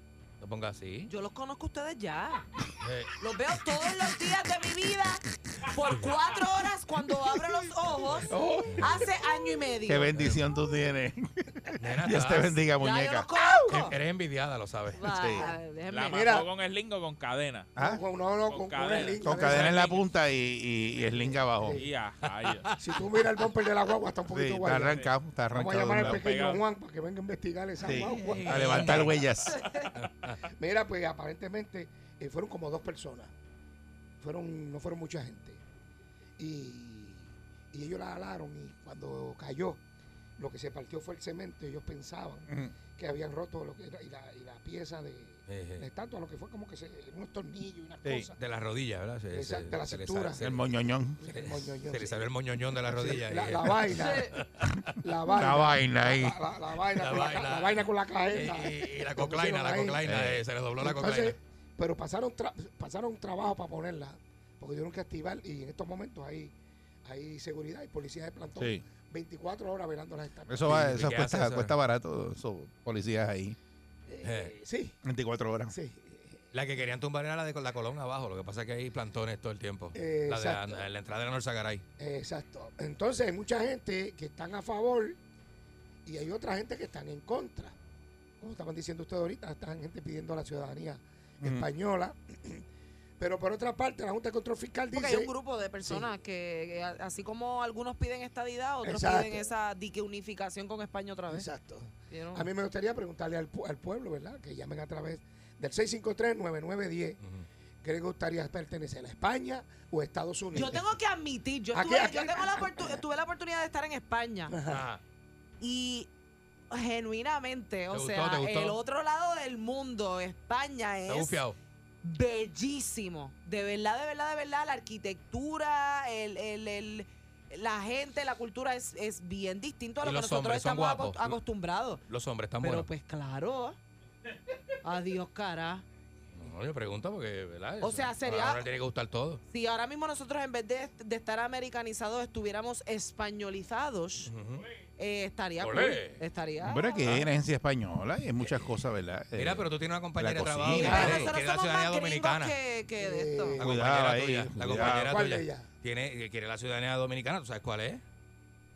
[SPEAKER 6] No pongas así.
[SPEAKER 5] Yo los conozco a ustedes ya.
[SPEAKER 6] Eh,
[SPEAKER 5] Los veo todos los días de mi vida por cuatro horas cuando abro los ojos hace año y medio.
[SPEAKER 4] Qué bendición tú tienes.
[SPEAKER 6] nena,
[SPEAKER 4] Dios te
[SPEAKER 6] estás-
[SPEAKER 4] bendiga,
[SPEAKER 5] ya yo los
[SPEAKER 4] muñeca.
[SPEAKER 5] conozco.
[SPEAKER 6] Eres envidiada, lo sabes.
[SPEAKER 5] Va, déjenme.
[SPEAKER 7] La
[SPEAKER 3] Mira.
[SPEAKER 7] mató con el lingo con cadena.
[SPEAKER 4] Ah,
[SPEAKER 3] Con, no, no, con, con
[SPEAKER 7] Con cadena.
[SPEAKER 3] el link,
[SPEAKER 4] Con
[SPEAKER 3] con
[SPEAKER 4] cadena en la
[SPEAKER 7] Sling.
[SPEAKER 4] punta y, y, y sling abajo.
[SPEAKER 3] Sí.
[SPEAKER 7] Y a rayos.
[SPEAKER 3] Si tú miras el bumper de la guagua, está un
[SPEAKER 4] Sí,
[SPEAKER 3] poquito
[SPEAKER 4] está
[SPEAKER 3] guayado.
[SPEAKER 4] arrancado, está
[SPEAKER 3] Vamos a
[SPEAKER 4] arrancado.
[SPEAKER 3] llamar
[SPEAKER 4] de
[SPEAKER 3] al
[SPEAKER 4] un lado.
[SPEAKER 3] pequeño
[SPEAKER 7] Pegado.
[SPEAKER 3] Juan para que venga a investigar esa
[SPEAKER 4] Sí,
[SPEAKER 3] guagua.
[SPEAKER 4] a levantar huellas.
[SPEAKER 3] Mira, pues aparentemente eh, fueron como dos personas. Fueron, no fueron mucha gente. Y, y ellos la alaron y cuando cayó, lo que se partió fue el cemento. Ellos pensaban que habían roto lo que era- y, la, y la pieza de la
[SPEAKER 6] Eh,
[SPEAKER 3] estatua, lo que fue como que se, unos tornillos y unas
[SPEAKER 4] Sí.
[SPEAKER 3] cosas.
[SPEAKER 6] De las rodillas, ¿verdad? Se-
[SPEAKER 3] Exacto, de la
[SPEAKER 6] se le
[SPEAKER 3] cintura.
[SPEAKER 6] sale- se
[SPEAKER 4] El
[SPEAKER 6] le-
[SPEAKER 4] moñoñón.
[SPEAKER 3] El moñoñón,
[SPEAKER 6] Se le
[SPEAKER 3] sí.
[SPEAKER 6] salió el moñoñón de la rodilla.
[SPEAKER 3] Sí, la,
[SPEAKER 6] y-
[SPEAKER 3] la vaina. La vaina.
[SPEAKER 4] La vaina ahí.
[SPEAKER 3] La, la- la vaina,
[SPEAKER 6] La
[SPEAKER 3] con la, ca-
[SPEAKER 6] vaina.
[SPEAKER 3] la vaina con la
[SPEAKER 6] y,
[SPEAKER 3] cajeta.
[SPEAKER 6] y- y la
[SPEAKER 3] Lo
[SPEAKER 6] coclaina,
[SPEAKER 3] pusieron
[SPEAKER 6] la
[SPEAKER 3] ahí.
[SPEAKER 6] coclaina,
[SPEAKER 4] Eh.
[SPEAKER 6] eh, se le dobló la
[SPEAKER 3] Entonces,
[SPEAKER 6] coclaina.
[SPEAKER 3] pero pasaron tra- pasaron trabajo para ponerla, porque tuvieron que activar y en estos momentos hay, hay seguridad y policía de plantón
[SPEAKER 4] Sí.
[SPEAKER 3] 24 horas velando las estatuas.
[SPEAKER 4] Eso, va,
[SPEAKER 6] Sí,
[SPEAKER 4] eso
[SPEAKER 6] ¿qué hace
[SPEAKER 4] cuesta,
[SPEAKER 6] eso?
[SPEAKER 4] cuesta barato, esos policías ahí.
[SPEAKER 3] Eh, sí,
[SPEAKER 4] 24 horas.
[SPEAKER 3] sí.
[SPEAKER 6] La que querían tumbar era la de la Colón abajo, lo que pasa es que hay plantones todo el tiempo.
[SPEAKER 3] Eh,
[SPEAKER 6] la de la,
[SPEAKER 3] exacto.
[SPEAKER 6] la entrada de la Norzagaray.
[SPEAKER 3] eh, Exacto. Entonces hay mucha gente que están a favor y hay otra gente que están en contra. Como estaban diciendo ustedes ahorita, están gente pidiendo a la ciudadanía española. Pero por otra parte, la Junta de Control Fiscal dice...
[SPEAKER 5] Porque hay un grupo de personas que, que a- así como algunos piden estadidad, otros
[SPEAKER 3] Exacto.
[SPEAKER 5] piden esa dique unificación con España otra vez.
[SPEAKER 3] Exacto.
[SPEAKER 5] You know?
[SPEAKER 3] A mí me gustaría preguntarle al, pu- al pueblo, ¿verdad? Que llamen a través del 653-9910. ¿Qué les gustaría pertenecer a España o a Estados Unidos?
[SPEAKER 5] Yo tengo que admitir, yo,
[SPEAKER 3] Aquí-
[SPEAKER 5] tuve,
[SPEAKER 3] aquí-
[SPEAKER 5] yo tengo la oportu- tuve la oportunidad de estar en España
[SPEAKER 6] Ajá.
[SPEAKER 5] y genuinamente, o
[SPEAKER 6] gustó?
[SPEAKER 5] sea,
[SPEAKER 6] ¿Te gustó?
[SPEAKER 5] el otro lado del mundo, España
[SPEAKER 6] Está
[SPEAKER 5] es
[SPEAKER 6] bufiado.
[SPEAKER 5] bellísimo. De verdad, de verdad, de verdad, la arquitectura, el, el- el- la gente, la cultura es, es bien distinto a lo
[SPEAKER 6] Y
[SPEAKER 5] que
[SPEAKER 6] los
[SPEAKER 5] nosotros
[SPEAKER 6] hombres son
[SPEAKER 5] estamos aco-
[SPEAKER 6] guapos.
[SPEAKER 5] acostumbrados.
[SPEAKER 6] Los hombres están
[SPEAKER 5] Pero
[SPEAKER 6] buenos.
[SPEAKER 5] pues claro. Adiós, cara.
[SPEAKER 6] No, yo pregunto porque, ¿verdad?
[SPEAKER 5] pues O sea, sería-
[SPEAKER 6] Ahora tiene que gustar todo.
[SPEAKER 5] Si ahora mismo nosotros en vez de, de estar americanizados estuviéramos españolizados,
[SPEAKER 6] Ujú.
[SPEAKER 5] eh, estaría cool,
[SPEAKER 6] Olé.
[SPEAKER 5] estaría.
[SPEAKER 4] Pero es que hay herencia española y hay muchas cosas, ¿verdad? Eh,
[SPEAKER 6] Mira, pero tú tienes una compañera de
[SPEAKER 4] la
[SPEAKER 6] trabajo que
[SPEAKER 4] cocina. Mira,
[SPEAKER 5] Pero
[SPEAKER 6] quiere,
[SPEAKER 5] nosotros
[SPEAKER 6] quiere la
[SPEAKER 5] somos
[SPEAKER 6] ciudadanía
[SPEAKER 5] más
[SPEAKER 6] dominicana.
[SPEAKER 5] gringos que, que de esto.
[SPEAKER 3] Eh,
[SPEAKER 6] La
[SPEAKER 4] Cuidado
[SPEAKER 6] compañera
[SPEAKER 4] ahí,
[SPEAKER 6] tuya. La
[SPEAKER 4] cuidado.
[SPEAKER 6] compañera
[SPEAKER 3] ¿Cuál de
[SPEAKER 6] tuya.
[SPEAKER 3] ellas?
[SPEAKER 6] Tiene, quiere la ciudadanía dominicana, ¿tú sabes cuál es?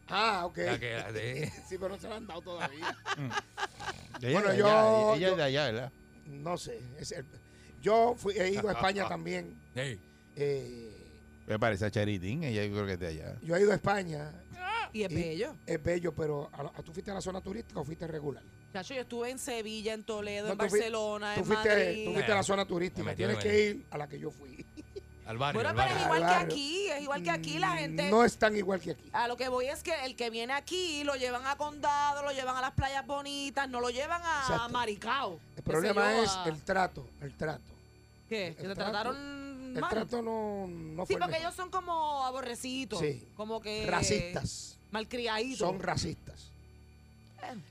[SPEAKER 3] Ah, ok.
[SPEAKER 6] La que- la de-
[SPEAKER 3] Sí, pero no se la han dado todavía.
[SPEAKER 4] Ella,
[SPEAKER 3] Bueno,
[SPEAKER 4] es de
[SPEAKER 3] yo-
[SPEAKER 4] allá, ella es
[SPEAKER 3] yo-
[SPEAKER 4] de allá, ¿verdad?
[SPEAKER 3] No sé. es el- yo fui, he ido a España también.
[SPEAKER 6] Ey,
[SPEAKER 3] eh,
[SPEAKER 4] Me parece a Charitín, ella yo creo que es de allá.
[SPEAKER 3] yo he ido a España.
[SPEAKER 5] Y es
[SPEAKER 3] Y-
[SPEAKER 5] bello.
[SPEAKER 3] Es bello, pero a la- ¿tú fuiste a la zona turística o fuiste regular?
[SPEAKER 5] Chacho, yo estuve en Sevilla, en Toledo,
[SPEAKER 3] No,
[SPEAKER 5] en
[SPEAKER 3] tú fui-
[SPEAKER 5] Barcelona,
[SPEAKER 3] Tú
[SPEAKER 5] en
[SPEAKER 3] fuiste,
[SPEAKER 5] Madrid.
[SPEAKER 3] tú fuiste a la zona turística.
[SPEAKER 6] Me metí,
[SPEAKER 3] Tienes
[SPEAKER 6] me
[SPEAKER 3] que ir a la que yo fui.
[SPEAKER 6] al barrio,
[SPEAKER 5] bueno,
[SPEAKER 6] al
[SPEAKER 5] pero
[SPEAKER 6] barrio.
[SPEAKER 5] es igual que
[SPEAKER 3] Claro.
[SPEAKER 5] aquí, es igual que aquí la gente.
[SPEAKER 3] Mm, No es tan igual que aquí.
[SPEAKER 5] A lo que voy es que el que viene aquí lo llevan a condado, lo llevan a las playas bonitas, no lo llevan a
[SPEAKER 3] Exacto.
[SPEAKER 5] Maricao.
[SPEAKER 3] El
[SPEAKER 5] qué sé
[SPEAKER 3] problema
[SPEAKER 5] yo, ah.
[SPEAKER 3] es
[SPEAKER 5] a-
[SPEAKER 3] el trato, el trato.
[SPEAKER 5] ¿Qué?
[SPEAKER 3] el
[SPEAKER 5] ¿Que te
[SPEAKER 3] trato-
[SPEAKER 5] trataron
[SPEAKER 3] El
[SPEAKER 5] mal?
[SPEAKER 3] trato no, no fue
[SPEAKER 5] sí,
[SPEAKER 3] el
[SPEAKER 5] porque
[SPEAKER 3] mejor.
[SPEAKER 5] ellos eh, son como aborrecitos.
[SPEAKER 3] Sí.
[SPEAKER 5] Como que.
[SPEAKER 3] racistas.
[SPEAKER 5] Malcriaditos.
[SPEAKER 3] Son racistas.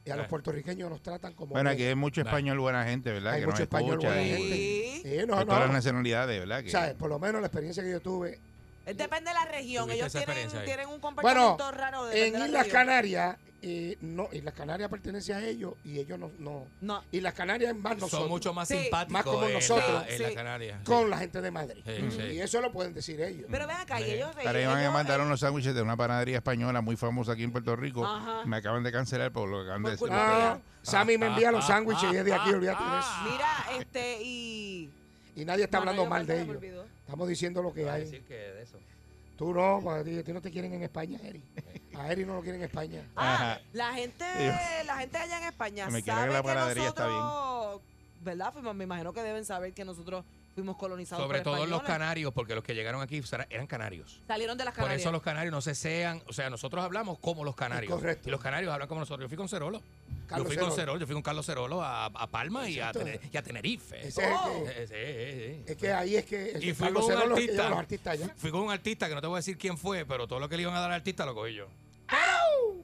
[SPEAKER 3] Y a los
[SPEAKER 6] Eh.
[SPEAKER 3] puertureños nos tratan como...
[SPEAKER 4] Bueno, aquí
[SPEAKER 3] reyes.
[SPEAKER 4] hay mucho español buena gente, ¿verdad?
[SPEAKER 3] Hay
[SPEAKER 4] que nos
[SPEAKER 3] mucho español
[SPEAKER 4] escucha
[SPEAKER 3] buena
[SPEAKER 4] y-
[SPEAKER 3] gente.
[SPEAKER 5] Sí.
[SPEAKER 3] Eh, no,
[SPEAKER 4] de todas las
[SPEAKER 3] no.
[SPEAKER 4] nacionalidades, ¿verdad? Que-
[SPEAKER 3] ¿Sabes? Por lo menos la experiencia que yo tuve.
[SPEAKER 5] Eh, Depende de la región.
[SPEAKER 6] Tuviste
[SPEAKER 5] Ellos
[SPEAKER 6] esa
[SPEAKER 5] tienen,
[SPEAKER 6] experiencia ahí.
[SPEAKER 5] tienen un comportamiento
[SPEAKER 3] Bueno,
[SPEAKER 5] raro. depende
[SPEAKER 3] en
[SPEAKER 5] de la
[SPEAKER 3] Islas
[SPEAKER 5] región.
[SPEAKER 3] Canarias, eh, no, Islas Canarias pertenece a ellos y ellos no... no.
[SPEAKER 5] No.
[SPEAKER 3] Islas Canarias es más nosotros.
[SPEAKER 6] Son mucho más
[SPEAKER 5] Sí.
[SPEAKER 6] simpáticos
[SPEAKER 3] Más como
[SPEAKER 6] en la-
[SPEAKER 3] nosotros.
[SPEAKER 6] en las
[SPEAKER 5] Sí.
[SPEAKER 6] Canarias.
[SPEAKER 3] Con la gente de Madrid.
[SPEAKER 6] Sí, sí.
[SPEAKER 3] Y eso lo pueden decir ellos.
[SPEAKER 5] Pero ven acá, y
[SPEAKER 6] Sí.
[SPEAKER 5] ellos.
[SPEAKER 4] Para ahí
[SPEAKER 5] ellos-
[SPEAKER 4] van a
[SPEAKER 5] ellos-
[SPEAKER 4] mandar unos sándwiches de una panadería española muy famosa aquí en Puerto Rico.
[SPEAKER 5] Ajá.
[SPEAKER 4] Me acaban de cancelar por lo que acaban de decir.
[SPEAKER 5] Por culpa de
[SPEAKER 3] Ah, Sammy me envía los sándwiches y es de aquí,
[SPEAKER 6] ah,
[SPEAKER 3] olvídate de eso.
[SPEAKER 5] eh, Mira, este, y.
[SPEAKER 3] Y nadie está
[SPEAKER 5] Bueno,
[SPEAKER 3] hablando
[SPEAKER 5] yo
[SPEAKER 3] mal de
[SPEAKER 5] perdón, me
[SPEAKER 3] ellos.
[SPEAKER 5] olvidó.
[SPEAKER 3] Estamos diciendo lo que
[SPEAKER 6] Va a
[SPEAKER 3] hay.
[SPEAKER 6] decir que de eso.
[SPEAKER 3] Tú no, a ti, a ti no te quieren en España, Eri. A Eri no lo quieren en España.
[SPEAKER 5] Ah,
[SPEAKER 4] Ajá.
[SPEAKER 5] la gente,
[SPEAKER 4] Ellos-
[SPEAKER 5] la gente allá en España
[SPEAKER 4] Me quiere
[SPEAKER 5] sabe
[SPEAKER 4] que la
[SPEAKER 5] que,
[SPEAKER 4] panadería está
[SPEAKER 5] nosotros, ¿verdad? Fuimos- me imagino que deben saber que nosotros fuimos colonizados
[SPEAKER 6] Sobre
[SPEAKER 5] por
[SPEAKER 6] todo los
[SPEAKER 5] españoles.
[SPEAKER 6] canarios, porque los que llegaron aquí sara- eran canarios.
[SPEAKER 5] Salieron de las
[SPEAKER 6] Por
[SPEAKER 5] Canarias.
[SPEAKER 6] eso los canarios no se sean, o sea, nosotros hablamos como los canarios.
[SPEAKER 3] correcto.
[SPEAKER 6] Y los canarios hablan como nosotros. Yo fui con Cerolo. Yo
[SPEAKER 3] Carlos
[SPEAKER 6] fui con
[SPEAKER 3] Cerolo.
[SPEAKER 6] Cerolo, yo fui con Carlos Cerolo a, a Palma y a,
[SPEAKER 3] Exacto.
[SPEAKER 6] Tene- y a Tenerife.
[SPEAKER 3] Ese es el
[SPEAKER 5] Oh.
[SPEAKER 3] que-
[SPEAKER 6] Eh, sí, sí, sí.
[SPEAKER 3] Es que ahí es que
[SPEAKER 6] Y
[SPEAKER 3] el
[SPEAKER 6] fui
[SPEAKER 3] Carlos
[SPEAKER 6] con un
[SPEAKER 3] Cerolo es el que
[SPEAKER 6] artista.
[SPEAKER 3] lleva a los artistas allá.
[SPEAKER 6] Fui con un artista que no te voy a decir quién fue, pero todo lo que le iban a dar al artista lo cogí yo.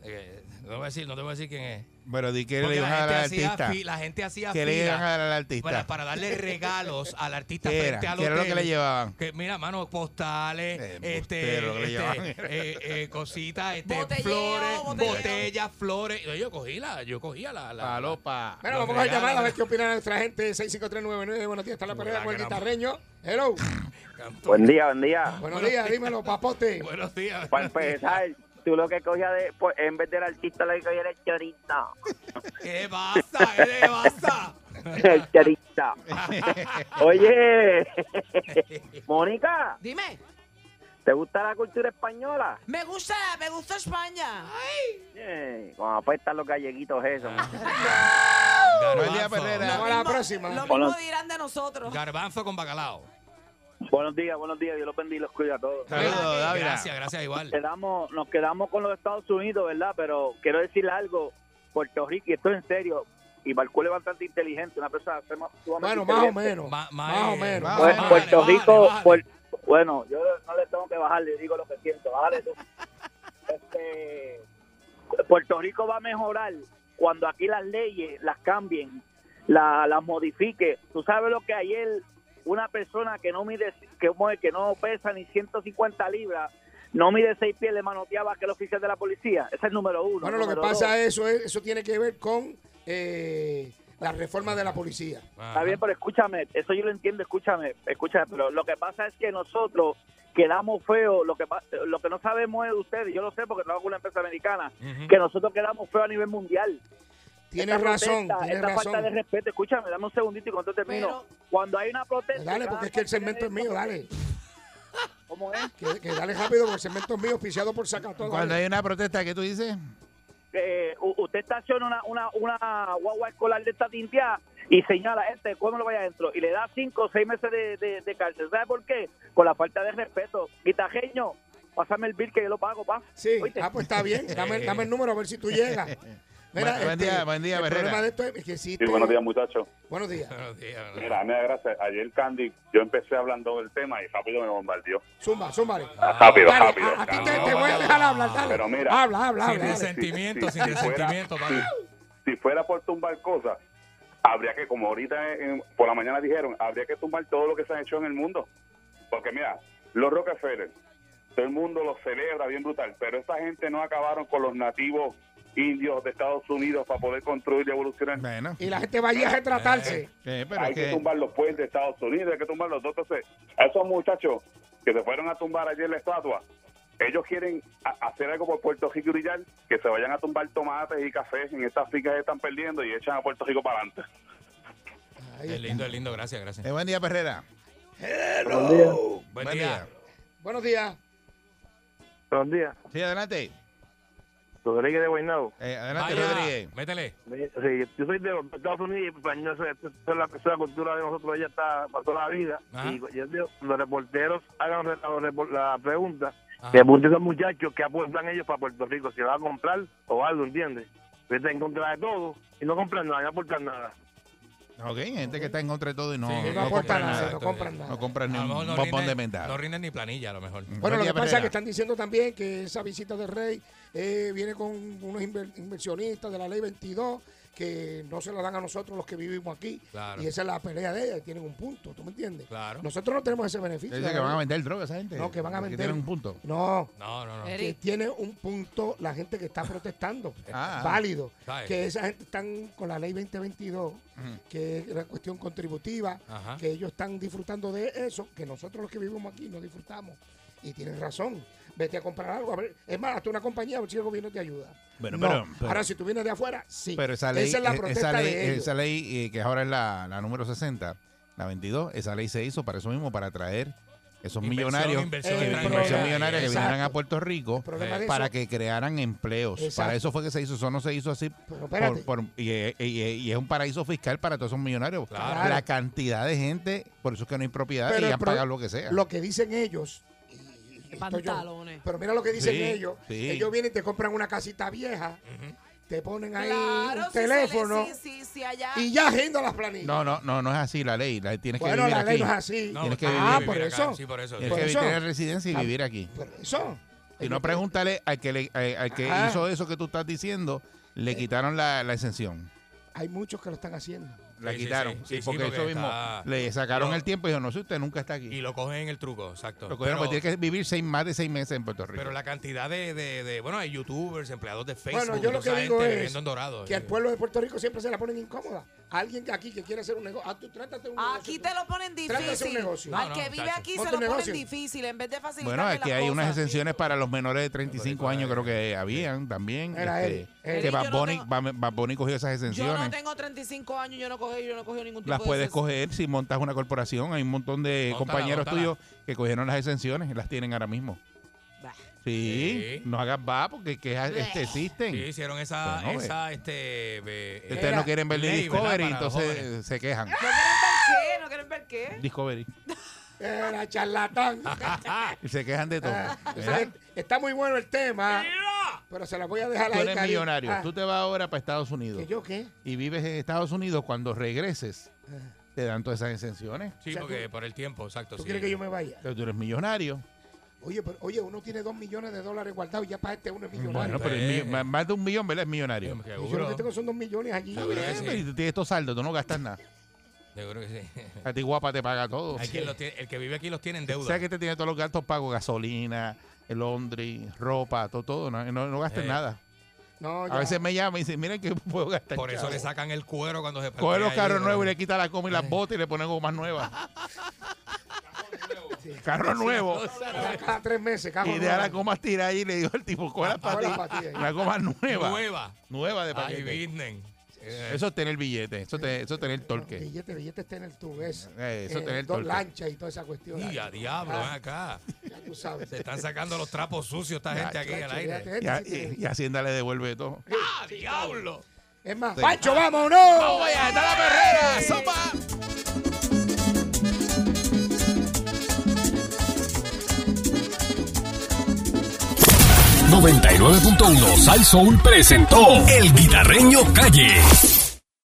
[SPEAKER 6] Eh, no, te voy a decir, no te voy a decir quién es.
[SPEAKER 4] Pero di que le
[SPEAKER 6] Porque
[SPEAKER 4] iban
[SPEAKER 6] la
[SPEAKER 4] a dar
[SPEAKER 6] gente,
[SPEAKER 4] al
[SPEAKER 6] hacía
[SPEAKER 4] artista.
[SPEAKER 6] fi- la gente hacía
[SPEAKER 4] Que le
[SPEAKER 6] fila
[SPEAKER 4] iban a dar al artista.
[SPEAKER 6] para, para darle regalos al artista
[SPEAKER 4] ¿Qué era?
[SPEAKER 6] frente al
[SPEAKER 4] ¿Qué era lo
[SPEAKER 6] hotel.
[SPEAKER 4] que le llevaban?
[SPEAKER 6] Que, mira, mano, postales,
[SPEAKER 4] Eh,
[SPEAKER 6] este,
[SPEAKER 4] embustero, lo que le
[SPEAKER 6] este,
[SPEAKER 4] llevaban.
[SPEAKER 6] eh, eh, cositas, este,
[SPEAKER 5] Botelleo,
[SPEAKER 6] flores,
[SPEAKER 5] botelleo.
[SPEAKER 6] botellas, flores. Yo, yo cogí la, yo cogía la, la-
[SPEAKER 4] Palopa.
[SPEAKER 3] Bueno,
[SPEAKER 6] Los
[SPEAKER 3] vamos a llamar a
[SPEAKER 6] regalos.
[SPEAKER 3] ver qué opina nuestra gente. 65399. Buenos días, está la pelea
[SPEAKER 6] Hola,
[SPEAKER 3] con el
[SPEAKER 6] caramba.
[SPEAKER 3] guitarreño. Hello.
[SPEAKER 8] Buen día, buen día.
[SPEAKER 3] Buenos días, dímelo, papote.
[SPEAKER 6] Buenos días.
[SPEAKER 8] Para empezar, tú lo que cogías de, por- en vez del artista, lo que cogías era el chorista.
[SPEAKER 6] ¿Qué pasa? ¿Qué pasa?
[SPEAKER 8] El chorista. Oye, Mónica,
[SPEAKER 5] Dime,
[SPEAKER 8] ¿te gusta la cultura española?
[SPEAKER 5] me gusta, me gusta España.
[SPEAKER 8] Eh, Cuando apuestan los galleguitos esos.
[SPEAKER 4] Buen día,
[SPEAKER 6] Garbanzo.
[SPEAKER 4] Perrera.
[SPEAKER 3] Vamos a la próxima.
[SPEAKER 5] Lo mismo
[SPEAKER 8] Hola.
[SPEAKER 5] dirán de nosotros.
[SPEAKER 6] Garbanzo con bacalao.
[SPEAKER 8] buenos días, buenos días. Dios los bendiga y los cuida a todos.
[SPEAKER 4] Saludos, Dávila.
[SPEAKER 6] Gracias, gracias igual.
[SPEAKER 8] quedamos, nos quedamos con los Estados Unidos, ¿verdad? Pero quiero decirle algo, Puerto Rico, y esto es en serio, y Balcú es bastante inteligente, una persona sema- sumamente
[SPEAKER 3] Bueno, más o
[SPEAKER 8] inteligente.
[SPEAKER 3] menos.
[SPEAKER 6] Ma-
[SPEAKER 3] Más
[SPEAKER 6] ma-
[SPEAKER 3] o
[SPEAKER 6] eh,
[SPEAKER 3] menos.
[SPEAKER 4] más
[SPEAKER 8] Pues,
[SPEAKER 4] Bájale,
[SPEAKER 8] Puerto
[SPEAKER 6] bájale,
[SPEAKER 8] Rico,
[SPEAKER 6] bájale.
[SPEAKER 8] Puer- bueno, yo no le tengo que bajar, le digo lo que siento, bájale tú. Este, Puerto Rico va a mejorar cuando aquí las leyes las cambien, la- las modifique. Tú sabes lo que ayer una persona que no mide, que, mu- que no pesa ni 150 libras, no mide seis pies, le manoteaba a aquel oficial de la policía. Ese es el número uno.
[SPEAKER 3] Bueno, lo que
[SPEAKER 8] Número
[SPEAKER 3] pasa
[SPEAKER 8] dos.
[SPEAKER 3] eso es, eso tiene que ver con eh, la reforma de la policía.
[SPEAKER 8] Está bien, pero escúchame, eso yo lo entiendo, escúchame, escúchame, pero lo que pasa es que nosotros quedamos feos, lo que pa- lo que no sabemos es ustedes, yo lo sé porque trabajo en una empresa americana, que nosotros quedamos feos a nivel mundial.
[SPEAKER 3] Tienes
[SPEAKER 8] Esta
[SPEAKER 3] razón,
[SPEAKER 8] protesta,
[SPEAKER 3] tienes
[SPEAKER 8] esta falta de
[SPEAKER 3] razón.
[SPEAKER 8] respeto, escúchame, dame un segundito y cuando termino.
[SPEAKER 5] Pero-
[SPEAKER 8] cuando hay una protesta...
[SPEAKER 3] Pues Dale,
[SPEAKER 8] cada
[SPEAKER 3] porque es que el
[SPEAKER 8] cual tiene
[SPEAKER 3] segmento es mío,
[SPEAKER 8] derecho-
[SPEAKER 3] dale.
[SPEAKER 8] ¿Cómo es?
[SPEAKER 3] Que, que dale rápido porque el segmento es mío, oficiado por Sacatón.
[SPEAKER 4] Cuando hay una protesta, ¿qué tú dices?
[SPEAKER 8] Eh, u- usted estaciona una, una, una guagua escolar de esta tintia y señala, este, ¿cómo lo vaya adentro? Y le da cinco o seis meses de, de, de cárcel. ¿Sabe por qué? Por la falta de respeto. Guitajeño, pásame el bill que yo lo pago, pa.
[SPEAKER 3] Sí,
[SPEAKER 8] Oíste.
[SPEAKER 3] ah, pues está bien. Dame, el- dame el número a ver si tú llegas. este,
[SPEAKER 4] Buen- buen día, buen día,
[SPEAKER 3] el
[SPEAKER 4] Herrera.
[SPEAKER 3] problema de esto es que existe...
[SPEAKER 9] Sí, buenos días, muchachos.
[SPEAKER 3] Buenos días.
[SPEAKER 6] Buenos días.
[SPEAKER 9] Mira, a mí me da gracia. Ayer Candy, yo empecé hablando del tema y rápido me bombardeó.
[SPEAKER 3] Zumba, zúmbale.
[SPEAKER 9] Ah, rápido,
[SPEAKER 3] Dale,
[SPEAKER 9] rápido.
[SPEAKER 3] a, a ti te,
[SPEAKER 6] Ah,
[SPEAKER 3] te voy a dejar hablar, dale.
[SPEAKER 9] Pero mira.
[SPEAKER 3] habla, habla,
[SPEAKER 6] Sin
[SPEAKER 3] habla. dale.
[SPEAKER 6] resent- Sentimiento, sin
[SPEAKER 9] si fuera-
[SPEAKER 6] resentimiento, padre.
[SPEAKER 9] Si, si fuera por tumbar cosas, habría que, como ahorita en- por la mañana dijeron, habría que tumbar todo lo que se ha hecho en el mundo. Porque mira, los Rockefeller, todo el mundo los celebra bien brutal, pero esta gente no acabaron con los nativos indios de Estados Unidos para poder construir y evolucionar.
[SPEAKER 4] Bueno,
[SPEAKER 3] Y la gente va allí a retratarse.
[SPEAKER 4] eh, pero
[SPEAKER 9] hay
[SPEAKER 4] es
[SPEAKER 9] que...
[SPEAKER 4] que.
[SPEAKER 9] tumbar los puentes de Estados Unidos, hay que tumbar los dos. Entonces, a esos muchachos que se fueron a tumbar ayer la estatua, ellos quieren a- hacer algo por Puerto Rico y brillar, que se vayan a tumbar tomates y cafés en estas fincas que están perdiendo y echan a Puerto Rico para adelante.
[SPEAKER 3] Ahí
[SPEAKER 6] Es
[SPEAKER 3] está.
[SPEAKER 6] lindo, es lindo, gracias, gracias.
[SPEAKER 4] Eh, buen día, Perrera.
[SPEAKER 6] Buen,
[SPEAKER 4] Buen
[SPEAKER 6] día.
[SPEAKER 4] día.
[SPEAKER 3] Buenos días.
[SPEAKER 8] Buenos días.
[SPEAKER 4] Sí, adelante.
[SPEAKER 8] Rodríguez de Guaynabo.
[SPEAKER 4] Eh, adelante,
[SPEAKER 6] Vaya,
[SPEAKER 4] Rodríguez.
[SPEAKER 6] métele.
[SPEAKER 8] Sí, yo soy de los Estados Unidos y pues, español, esa es la, esa es la cultura de nosotros, ella está para toda la vida.
[SPEAKER 6] Ajá.
[SPEAKER 8] Y pues, yo digo, los reporteros hagan re- los repor- la pregunta,
[SPEAKER 6] Ajá.
[SPEAKER 8] que apunten esos muchachos que apuestan ellos para Puerto Rico, si va a comprar o algo, ¿entiendes? Pero está en contra de todo y no compran nada, no aportan nada.
[SPEAKER 4] Ok, gente que está en contra de todo y no,
[SPEAKER 6] Sí,
[SPEAKER 4] no,
[SPEAKER 6] que
[SPEAKER 3] No,
[SPEAKER 6] no
[SPEAKER 3] aportan
[SPEAKER 6] compran
[SPEAKER 3] nada,
[SPEAKER 6] nada,
[SPEAKER 3] no
[SPEAKER 6] esto
[SPEAKER 3] compran
[SPEAKER 6] ya.
[SPEAKER 3] nada.
[SPEAKER 4] no compran ni
[SPEAKER 6] A lo mejor
[SPEAKER 4] un
[SPEAKER 6] no
[SPEAKER 4] bombón de
[SPEAKER 6] rinden-
[SPEAKER 4] menta.
[SPEAKER 6] No rinden ni planilla, a lo mejor.
[SPEAKER 3] Bueno,
[SPEAKER 4] Buen
[SPEAKER 3] lo
[SPEAKER 4] día,
[SPEAKER 3] que pasa es
[SPEAKER 4] Pereira.
[SPEAKER 3] que están diciendo también que esa visita del rey eh, viene con unos inver- inversionistas de la ley 22 que no se la dan a nosotros los que vivimos aquí.
[SPEAKER 6] Claro.
[SPEAKER 3] Y esa es la pelea de ellos. Tienen un punto, ¿tú me entiendes?
[SPEAKER 6] Claro.
[SPEAKER 3] Nosotros no tenemos ese beneficio.
[SPEAKER 4] Dice que van a vender droga esa gente.
[SPEAKER 3] No, que van a
[SPEAKER 4] Porque
[SPEAKER 3] vender.
[SPEAKER 4] Tienen un punto.
[SPEAKER 3] No,
[SPEAKER 6] No, no, no.
[SPEAKER 5] Eh,
[SPEAKER 3] que tiene un punto la gente que está protestando,
[SPEAKER 4] Ah.
[SPEAKER 3] válido,
[SPEAKER 6] Está bien.
[SPEAKER 3] que esa gente están con la ley 2022, que es la cuestión contributiva,
[SPEAKER 6] Ajá.
[SPEAKER 3] que ellos están disfrutando de eso, que nosotros los que vivimos aquí no disfrutamos. Y tienes razón, vete a comprar algo, a ver, es más, hasta una compañía, a ver si el gobierno te ayuda.
[SPEAKER 4] Bueno,
[SPEAKER 3] No.
[SPEAKER 4] pero- pero-
[SPEAKER 3] ahora si tú vienes de afuera, sí.
[SPEAKER 4] Pero esa ley,
[SPEAKER 3] esa es la
[SPEAKER 4] eh,
[SPEAKER 3] protesta
[SPEAKER 4] esa ley,
[SPEAKER 3] de ellos.
[SPEAKER 4] esa ley, eh, que ahora es la, la número 60, la 22, esa ley se hizo para eso mismo, para traer esos
[SPEAKER 6] Inversión,
[SPEAKER 4] millonarios,
[SPEAKER 6] inversión
[SPEAKER 4] que-
[SPEAKER 3] extranjera.
[SPEAKER 4] inversión
[SPEAKER 3] Eh,
[SPEAKER 4] millonaria que
[SPEAKER 3] exacto.
[SPEAKER 4] vinieran a Puerto Rico
[SPEAKER 3] El problema
[SPEAKER 6] eh,
[SPEAKER 3] de
[SPEAKER 4] para
[SPEAKER 3] eso-
[SPEAKER 4] que crearan empleos.
[SPEAKER 3] Exacto.
[SPEAKER 4] Para eso fue que se hizo, eso no se hizo así.
[SPEAKER 3] Pero espérate.
[SPEAKER 4] por- por- y, eh, y, eh, y es un paraíso fiscal para todos esos millonarios.
[SPEAKER 6] Claro.
[SPEAKER 4] La cantidad de gente, por eso es que no hay propiedad
[SPEAKER 3] Pero
[SPEAKER 4] y
[SPEAKER 3] el
[SPEAKER 4] han
[SPEAKER 3] pro-
[SPEAKER 4] pagado lo que sea.
[SPEAKER 3] Lo que dicen ellos. y- y esto yo-
[SPEAKER 5] Pantalones.
[SPEAKER 3] pero mira lo que dicen
[SPEAKER 4] Sí,
[SPEAKER 3] ellos.
[SPEAKER 4] sí.
[SPEAKER 3] Ellos vienen y te compran una casita vieja te ponen ahí
[SPEAKER 5] Claro,
[SPEAKER 3] un
[SPEAKER 5] si se le-
[SPEAKER 3] teléfono
[SPEAKER 5] sí, sí, sí, allá.
[SPEAKER 3] y ya agenda las planillas.
[SPEAKER 4] No, no, no, no es así la ley. La, tienes que
[SPEAKER 3] bueno,
[SPEAKER 4] vivir
[SPEAKER 3] la ley
[SPEAKER 4] aquí.
[SPEAKER 3] no es así.
[SPEAKER 6] No,
[SPEAKER 4] Tienes que
[SPEAKER 6] tiene
[SPEAKER 4] vivir.
[SPEAKER 3] ah,
[SPEAKER 6] vivir
[SPEAKER 3] por
[SPEAKER 6] acá.
[SPEAKER 3] eso.
[SPEAKER 6] Sí, por eso.
[SPEAKER 4] Tienes
[SPEAKER 3] por
[SPEAKER 4] que
[SPEAKER 3] eso.
[SPEAKER 4] tener residencia y vivir aquí.
[SPEAKER 3] Por eso.
[SPEAKER 4] Si no, pregúntale al que, le- al- al que
[SPEAKER 3] Ajá.
[SPEAKER 4] hizo eso que tú estás diciendo, le quitaron la, la exención.
[SPEAKER 3] Hay muchos que lo están haciendo.
[SPEAKER 4] La
[SPEAKER 6] Sí, sí,
[SPEAKER 4] quitaron.
[SPEAKER 6] sí,
[SPEAKER 4] Sí,
[SPEAKER 6] sí, sí,
[SPEAKER 4] porque,
[SPEAKER 6] porque
[SPEAKER 4] eso mismo.
[SPEAKER 6] está-
[SPEAKER 4] Le sacaron
[SPEAKER 6] No.
[SPEAKER 4] el tiempo y dijo, no sé, usted nunca está aquí.
[SPEAKER 6] Y lo cogen en el truco, exacto.
[SPEAKER 4] Lo cogieron, pues
[SPEAKER 6] Pero-
[SPEAKER 4] tiene que vivir seis, más de seis meses en Puerto Rico.
[SPEAKER 6] Pero la cantidad de, de, de- bueno, hay youtubers, empleados de Facebook,
[SPEAKER 3] bueno, yo lo
[SPEAKER 6] o
[SPEAKER 3] que
[SPEAKER 6] sea,
[SPEAKER 3] digo
[SPEAKER 6] gente
[SPEAKER 3] es
[SPEAKER 6] viviendo en Dorado.
[SPEAKER 4] eh.
[SPEAKER 3] que al pueblo de Puerto Rico siempre se la ponen incómoda. Alguien que aquí que quiere hacer un negocio, ah, tú trátate un negocio.
[SPEAKER 5] Aquí
[SPEAKER 3] tú.
[SPEAKER 5] te lo ponen
[SPEAKER 3] Trata de hacer un
[SPEAKER 5] difícil.
[SPEAKER 3] negocio.
[SPEAKER 6] No,
[SPEAKER 5] Al
[SPEAKER 6] no,
[SPEAKER 5] que vive
[SPEAKER 6] muchacho.
[SPEAKER 5] aquí
[SPEAKER 3] Pon
[SPEAKER 5] se
[SPEAKER 3] tu
[SPEAKER 5] lo ponen
[SPEAKER 3] negocio.
[SPEAKER 5] difícil en vez de facilitar.
[SPEAKER 4] Bueno, aquí hay unas exenciones para los menores de 35 años, creo que habían también.
[SPEAKER 3] Era él,
[SPEAKER 4] este,
[SPEAKER 3] él.
[SPEAKER 4] Que
[SPEAKER 5] Yo
[SPEAKER 4] Bad
[SPEAKER 5] no
[SPEAKER 4] Bunny,
[SPEAKER 5] tengo-
[SPEAKER 4] Bad- Bad Bunny cogió esas
[SPEAKER 5] Yo no
[SPEAKER 4] exenciones.
[SPEAKER 5] tengo 35 años, yo no cogí, yo no cogí ningún tipo
[SPEAKER 4] Las
[SPEAKER 5] de
[SPEAKER 4] puedes
[SPEAKER 5] exención.
[SPEAKER 4] coger si montas una corporación. Hay un montón de
[SPEAKER 6] Móntala,
[SPEAKER 4] compañeros
[SPEAKER 6] móntala.
[SPEAKER 4] tuyos que cogieron las exenciones, las tienen ahora mismo.
[SPEAKER 5] Bah.
[SPEAKER 4] Sí,
[SPEAKER 6] Sí.
[SPEAKER 4] no hagas va porque que, este, existen.
[SPEAKER 6] Sí, hicieron esa,
[SPEAKER 4] Bueno,
[SPEAKER 6] esa, este... eh,
[SPEAKER 4] Ustedes
[SPEAKER 3] Era
[SPEAKER 4] no quieren ver
[SPEAKER 6] ley, ¿verdad?
[SPEAKER 4] Discovery,
[SPEAKER 6] Para los
[SPEAKER 4] entonces se quejan.
[SPEAKER 5] ¿No quieren ver qué? ¿No quieren ver qué?
[SPEAKER 4] Discovery.
[SPEAKER 3] Era charlatán.
[SPEAKER 4] Ah, Y se quejan de todo.
[SPEAKER 3] Ah, o sea,
[SPEAKER 4] ¿verdad?
[SPEAKER 3] Está muy bueno el tema, pero se la voy a dejar
[SPEAKER 4] Tú
[SPEAKER 3] ahí.
[SPEAKER 4] eres
[SPEAKER 3] Cari.
[SPEAKER 4] millonario.
[SPEAKER 3] Ah,
[SPEAKER 4] Tú te vas ahora para Estados Unidos.
[SPEAKER 3] ¿que yo qué?
[SPEAKER 4] y vives en Estados Unidos, cuando regreses,
[SPEAKER 6] Eh.
[SPEAKER 3] Ah.
[SPEAKER 4] te dan todas esas exenciones.
[SPEAKER 6] Sí,
[SPEAKER 3] O sea,
[SPEAKER 6] porque
[SPEAKER 3] tú-
[SPEAKER 6] por el tiempo, exacto.
[SPEAKER 3] ¿Tú
[SPEAKER 6] sí.
[SPEAKER 3] quieres que yo me vaya?
[SPEAKER 4] Pero tú eres millonario.
[SPEAKER 3] Oye, pero, oye, uno tiene dos millones de dólares guardados y ya para este uno es millonario.
[SPEAKER 4] Bueno, pues, pero el
[SPEAKER 6] Eh.
[SPEAKER 4] millo- ma- más de un millón, ¿verdad? Es millonario.
[SPEAKER 6] Seguro,
[SPEAKER 3] y yo lo que tengo son dos millones allí.
[SPEAKER 6] Seguro que
[SPEAKER 4] Eh, pero
[SPEAKER 6] sí.
[SPEAKER 4] y tú tienes estos saldos, tú no gastas nada.
[SPEAKER 6] Seguro que sí.
[SPEAKER 4] A ti guapa te paga todo.
[SPEAKER 6] Hay quien los tiene- el que vive aquí los tiene en deuda.
[SPEAKER 4] ¿Sabes que te tiene todos los gastos pagos? Gasolina, laundry, ropa, todo, todo. No, no, no gastes
[SPEAKER 6] Eh.
[SPEAKER 4] nada.
[SPEAKER 3] No,
[SPEAKER 4] A
[SPEAKER 3] ya.
[SPEAKER 4] veces me llama y dice, miren que puedo gastar.
[SPEAKER 6] Por eso
[SPEAKER 4] chavo".
[SPEAKER 6] le sacan el cuero cuando se
[SPEAKER 4] Coge los
[SPEAKER 6] parquea
[SPEAKER 4] carros
[SPEAKER 6] ahí,
[SPEAKER 4] nuevos y
[SPEAKER 6] ¿no?
[SPEAKER 4] le quita la coma y las
[SPEAKER 6] Eh.
[SPEAKER 4] botas y le pone gomas nuevas. Carro nuevo.
[SPEAKER 3] Ahora cada tres meses, cago
[SPEAKER 4] Y
[SPEAKER 3] en
[SPEAKER 4] deja
[SPEAKER 3] nada.
[SPEAKER 4] la goma tirada y le digo al tipo, coge las
[SPEAKER 3] Coge las
[SPEAKER 4] patillas.
[SPEAKER 3] patillas.
[SPEAKER 4] Una goma nueva.
[SPEAKER 6] Nueva.
[SPEAKER 4] Nueva de
[SPEAKER 6] Ay,
[SPEAKER 4] paquete.
[SPEAKER 6] business. Eh,
[SPEAKER 4] Eso es tener billete, eso, te- eso es tener torque.
[SPEAKER 3] Billete, billete está en el tubes.
[SPEAKER 4] Eh, eso tener
[SPEAKER 3] dos
[SPEAKER 4] torque.
[SPEAKER 3] lanchas y toda esa cuestión.
[SPEAKER 6] y a diablo, ven
[SPEAKER 3] Ah,
[SPEAKER 6] acá.
[SPEAKER 3] ya tú sabes.
[SPEAKER 6] Se están sacando los trapos sucios esta gente aquí al aire.
[SPEAKER 4] Y, a- y- y Hacienda le devuelve todo.
[SPEAKER 6] ¡Ah, diablo!
[SPEAKER 3] Es más,
[SPEAKER 4] Sí.
[SPEAKER 3] Pancho, vámonos.
[SPEAKER 6] allá! ¡Está la perrera! ¡Sopa!
[SPEAKER 1] Salsoul presentó El Guitarreño Calle.